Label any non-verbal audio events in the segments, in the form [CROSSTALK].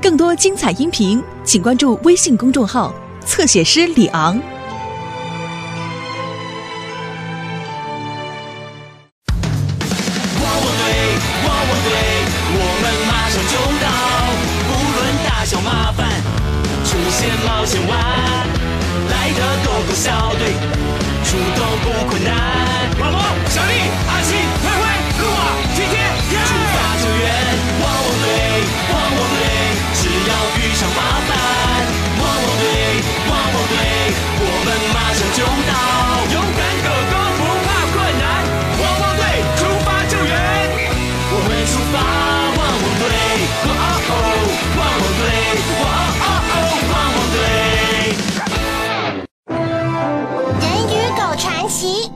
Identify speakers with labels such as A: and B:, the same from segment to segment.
A: 更多精彩音频，请关注微信公众号“侧写师李昂”。
B: 哇哦对，哇哦对，我们马上就到，不论大小麻烦，出现冒险湾，来的狗狗小队，出动不困难。毛毛、小丽、阿奇、灰灰、露啊、天天，出发救援。哇哦对，哇哦对，只要遇上麻烦，哇哦对，哇哦对，我们马上就到，勇敢狗狗不怕困难。汪汪队出发救援，我们出发，汪汪队，哇哦哦，汪汪队，哇哦哦，汪汪队。
C: 人与狗传奇。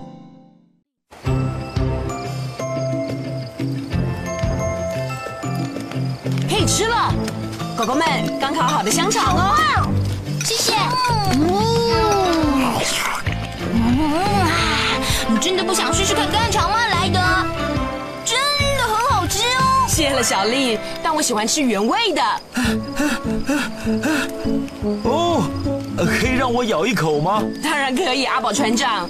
D: 可以吃了。狗狗们，刚烤好的香肠哦，
C: 哇，谢谢。嗯，嗯啊，你真的不想试试看干肠吗，莱德？真的很好吃哦。
D: 谢了小丽，但我喜欢吃原味的。
E: 哦，呃可以让我咬一口吗？
D: 当然可以，阿宝船长。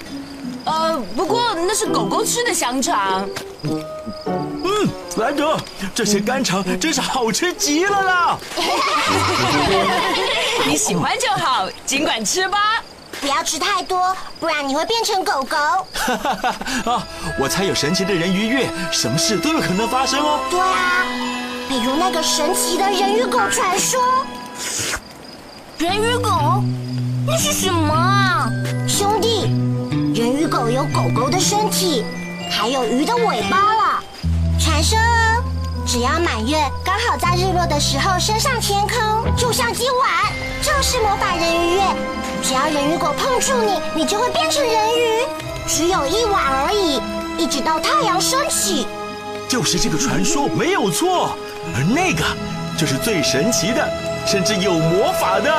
D: 呃，不过那是狗狗吃的香肠，
E: 嗯，兰德，这些干肠真是好吃极了啦！ [LAUGHS]
D: 你喜欢就好，尽管吃吧。
C: 不要吃太多，不然你会变成狗狗。
E: 哈哈哈啊，我才有神奇的人鱼月，什么事都有可能发生哦。
C: 对啊，比如那个神奇的人与狗传说。人与狗，那是什么啊？兄弟，人与狗有狗狗的身体，还有鱼的尾巴了。传说哦，只要满月刚好在日落的时候升上天空，就像今晚，就是魔法人鱼月。只要人鱼狗碰触你，你就会变成人鱼，只有一晚而已，一直到太阳升起。
E: 就是这个传说没有错，而那个就是最神奇的，甚至有魔法的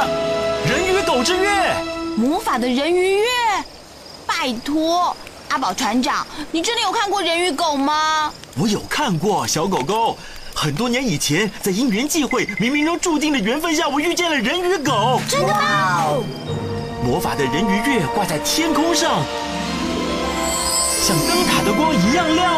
E: 人与狗之月。
D: 魔法的人鱼月，拜托，阿宝船长，你真的有看过人与狗吗？
E: 我有看过小狗狗，很多年以前在因缘际会、冥冥中注定的缘分下，我遇见了人与狗。
C: 真的吗？
E: 魔法的人鱼月挂在天空上，像灯塔的光一样亮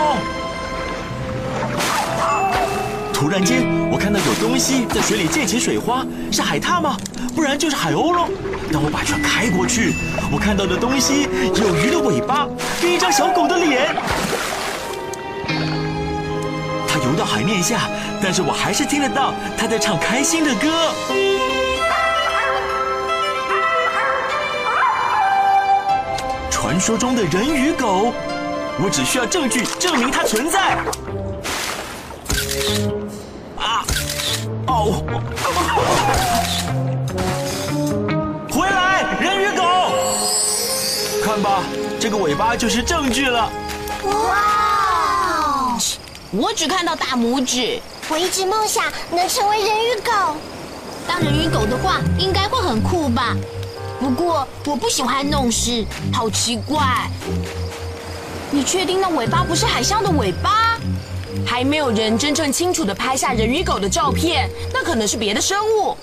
E: 哦。突然间，我看到有东西在水里溅起水花，是海獭吗？不然就是海鸥喽。当我把船开过去，我看到的东西有鱼的尾巴跟一张小狗的脸。它游到海面下，但是我还是听得到它在唱开心的歌。传说中的人与狗，我只需要证据证明它存在。啊！哦！回来，人与狗！看吧，这个尾巴就是证据了。 [LAUGHS]
C: 哇！
D: 哦我只看到大拇指。
C: 我一直梦想能成为人与狗。
D: 当人与狗的话，应该会很酷吧？不过我不喜欢弄湿，好奇怪。你确定那尾巴不是海象的尾巴？还没有人真正清楚的拍下人与狗的照片，那可能是别的生物。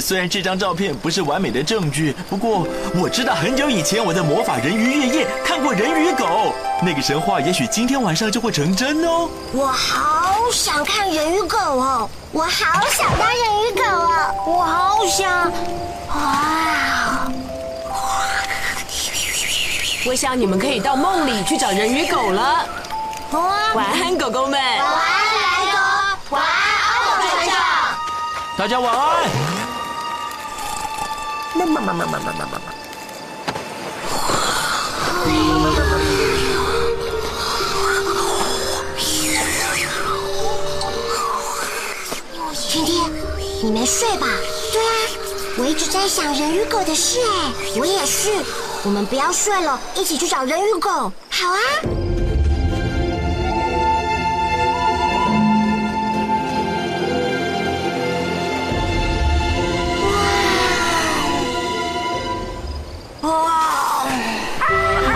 E: 虽然这张照片不是完美的证据，不过我知道很久以前我在魔法人鱼夜夜看过人与狗，那个神话也许今天晚上就会成真哦。
C: 我好想看人与狗哦，我好想当人与狗哦，我好想，哇！
D: 我想你们可以到梦里去找人与狗了。晚安，狗狗们。
C: 晚安，莱德，晚安，阿宝船长。
E: 大家晚安。
C: 天天，你没睡吧？对啊，我一直在想人与狗的事哎。我也是，我们不要睡了，一起去找人与狗，好啊。哇！哇！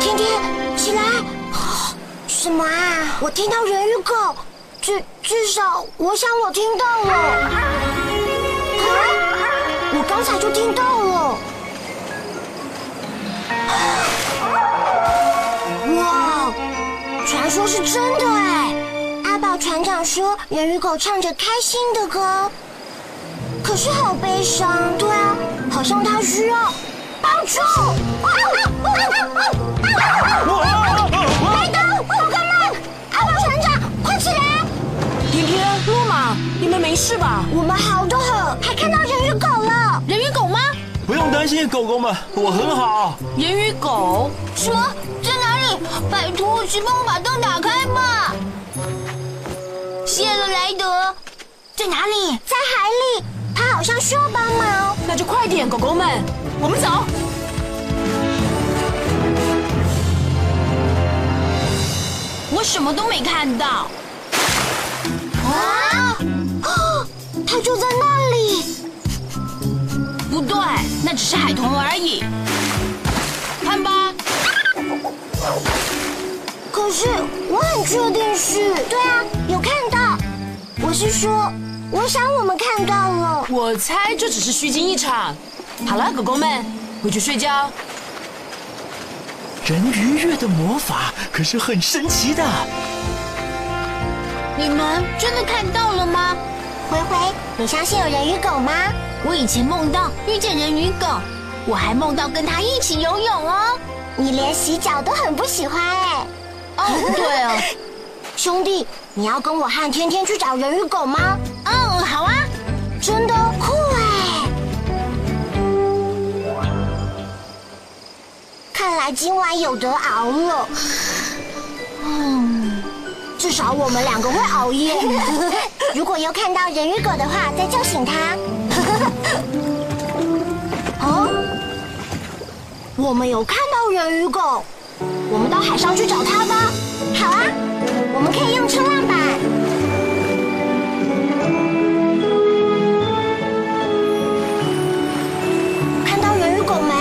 C: 天天，起来！什么啊？我听到人鱼狗，至至少我想我听到了。啊！我刚才就听到了。哇，传说是真的哎！阿宝船长说，人鱼狗唱着开心的歌，可是好悲伤。对啊，好像它需要帮助。麦兜，我干嘛？阿宝船长，快起来！
D: 甜甜、路马，你们没事吧？
C: 我们好的很，还看到人鱼狗了。
D: 人鱼狗吗？
E: 不用担心，狗狗们，我很好。
D: 人鱼狗？
C: 什么？
D: 在哪里？拜托，去帮我把灯打开吧。谢了，莱德。在哪里？
C: 在海里？它好像需要帮忙。
D: 那就快点，狗狗们，我们走。我什么都没看到。
C: 啊！哦，它就在那里。
D: 不对，那只是海豚而已。看吧，
C: 可是我很确定是，对啊，有看到。我是说，我想我们看到了。
D: 我猜这只是虚惊一场。好了，狗狗们，回去睡觉。
E: 人鱼月的魔法可是很神奇的。
D: 你们真的看到了吗？
C: 灰灰，你相信有人鱼狗吗？
D: 我以前梦到遇见人鱼狗，我还梦到跟它一起游泳哦。
C: 你连洗脚都很不喜欢哎，
D: 哦，对哦，
C: [LAUGHS] 兄弟，你要跟我和天天去找人鱼狗吗？
D: 嗯，好啊。
C: 真的酷哎！看来今晚有得熬了。嗯，至少我们两个会熬夜。如果又看到人鱼狗的话，再叫醒它。哦，我们有看到人鱼狗，我们到海上去找它吧。好啊，我们可以用冲浪板。看到人鱼狗没？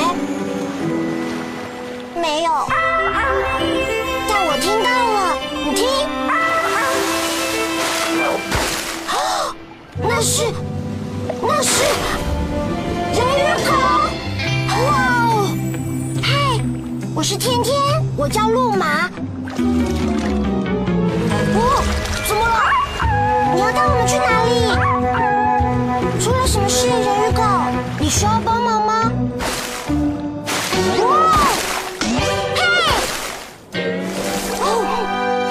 C: 没有。但我听到了，你听。啊那是，那是人鱼狗！哇哦！嗨，我是天天，我叫路马。哦，怎么了？你要带我们去哪里？出了什么事，人鱼狗？你需要帮忙吗？哇！嘿！哦，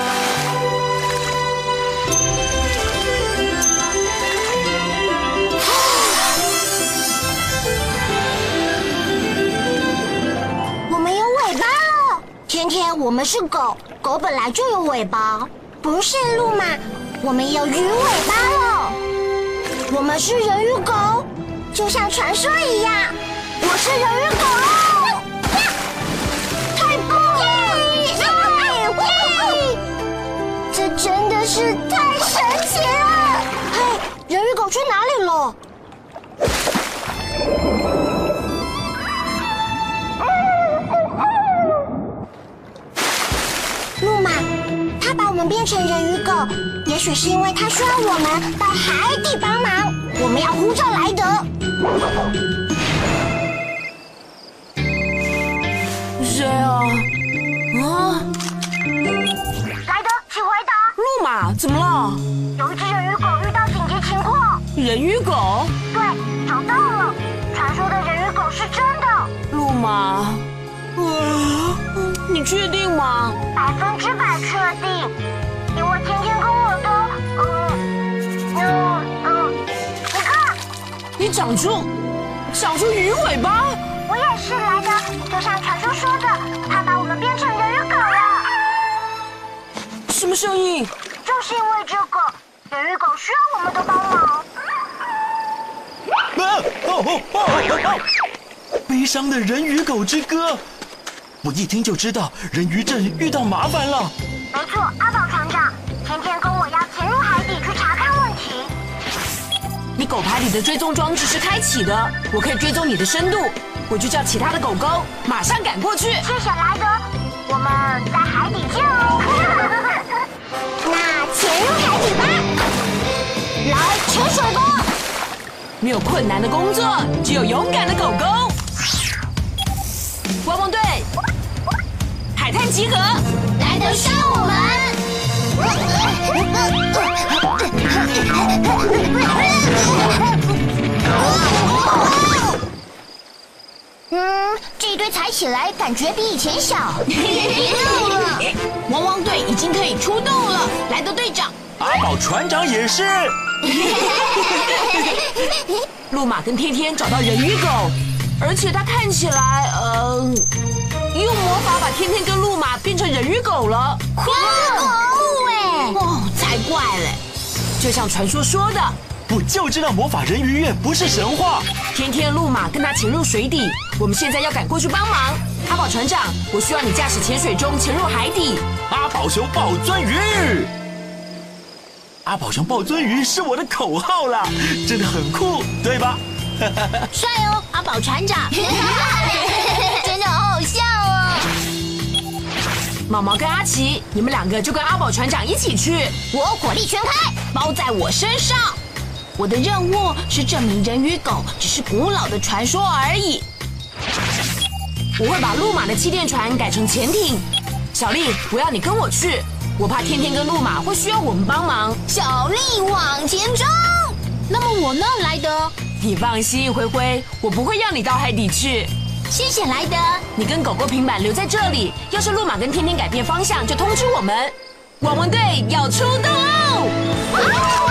C: 我们有尾巴了。天天，我们是狗，狗本来就有尾巴。不是路马，我们有鱼尾巴了。我们是人鱼狗，就像传说一样，我是人鱼狗哦。呀太棒了！耶！这真的是太神奇了！嘿，人鱼狗去哪里了？路马，它把我们变成人鱼狗，也许是因为它需要我们到海底帮忙。我们要呼叫莱德。
D: 谁啊？啊，
C: 莱德，请回答。
D: 路马，怎么了？
C: 有一只人鱼狗遇到紧急情况，
D: 人鱼狗？
C: 对，找到了。传说的人鱼狗是真的，
D: 路马，啊，你确定吗？
C: 百分之百确定，因为天天跟我都，嗯，嗯嗯，你看，
D: 你长出，长出鱼尾巴？
C: 我也是莱德，就像传说说的，他把我们变成人鱼狗了。
D: 什么声音？
C: 呃就是因为这个，人鱼狗需要我们的帮忙。
E: 啊哦哦哦哦！悲伤的人鱼狗之歌，我一听就知道人鱼镇遇到麻烦了。
C: 没错，阿宝船长，天天跟我要潜入海底去查看问题。
D: 你狗牌里的追踪装置是开启的，我可以追踪你的深度。我就叫其他的狗狗马上赶过去。
C: 谢谢莱德，我们在海底见哦。
D: 没有困难的工作，只有勇敢的狗狗。汪汪队，海滩集合，
C: 来得上我们。嗯，这一堆踩起来感觉比以前小。别动了，
F: 汪汪队已经可以出动了。莱德队长，
E: 阿宝船长也是。
D: 路马跟天天找到人鱼狗，而且它看起来，呃，用魔法把天天跟路马变成人鱼狗了。
C: 酷哎！
F: 哦，才怪嘞！
D: 就像传说说的，
E: 我就知道魔法人鱼院不是神话。
D: 天天路马跟它潜入水底，我们现在要赶过去帮忙。阿宝船长，我需要你驾驶潜水钟潜入海底。
E: 阿宝熊抱鳟鱼，阿宝熊抱鳟鱼是我的口号啦，真的很酷，对吧？
F: 帅哦，阿宝船 [LAUGHS] 长。
C: 真的好好笑哦！
D: 毛毛跟阿奇，你们两个就跟阿宝船长一起去，
F: 我火力全开，包在我身上。我的任务是证明人与狗只是古老的传说而已。
D: 我会把路马的气垫船改成潜艇。小丽，我要你跟我去，我怕天天跟路马会需要我们帮忙。
F: 小力往前冲。那么我呢，莱德？
D: 你放心，灰灰，我不会让你到海底去。
F: 谢谢莱 [LAUGHS] 德。
D: 你跟狗狗平板留在这里，要是路马跟天天改变方向，就通知我们。汪汪队要出动喽！
C: 哇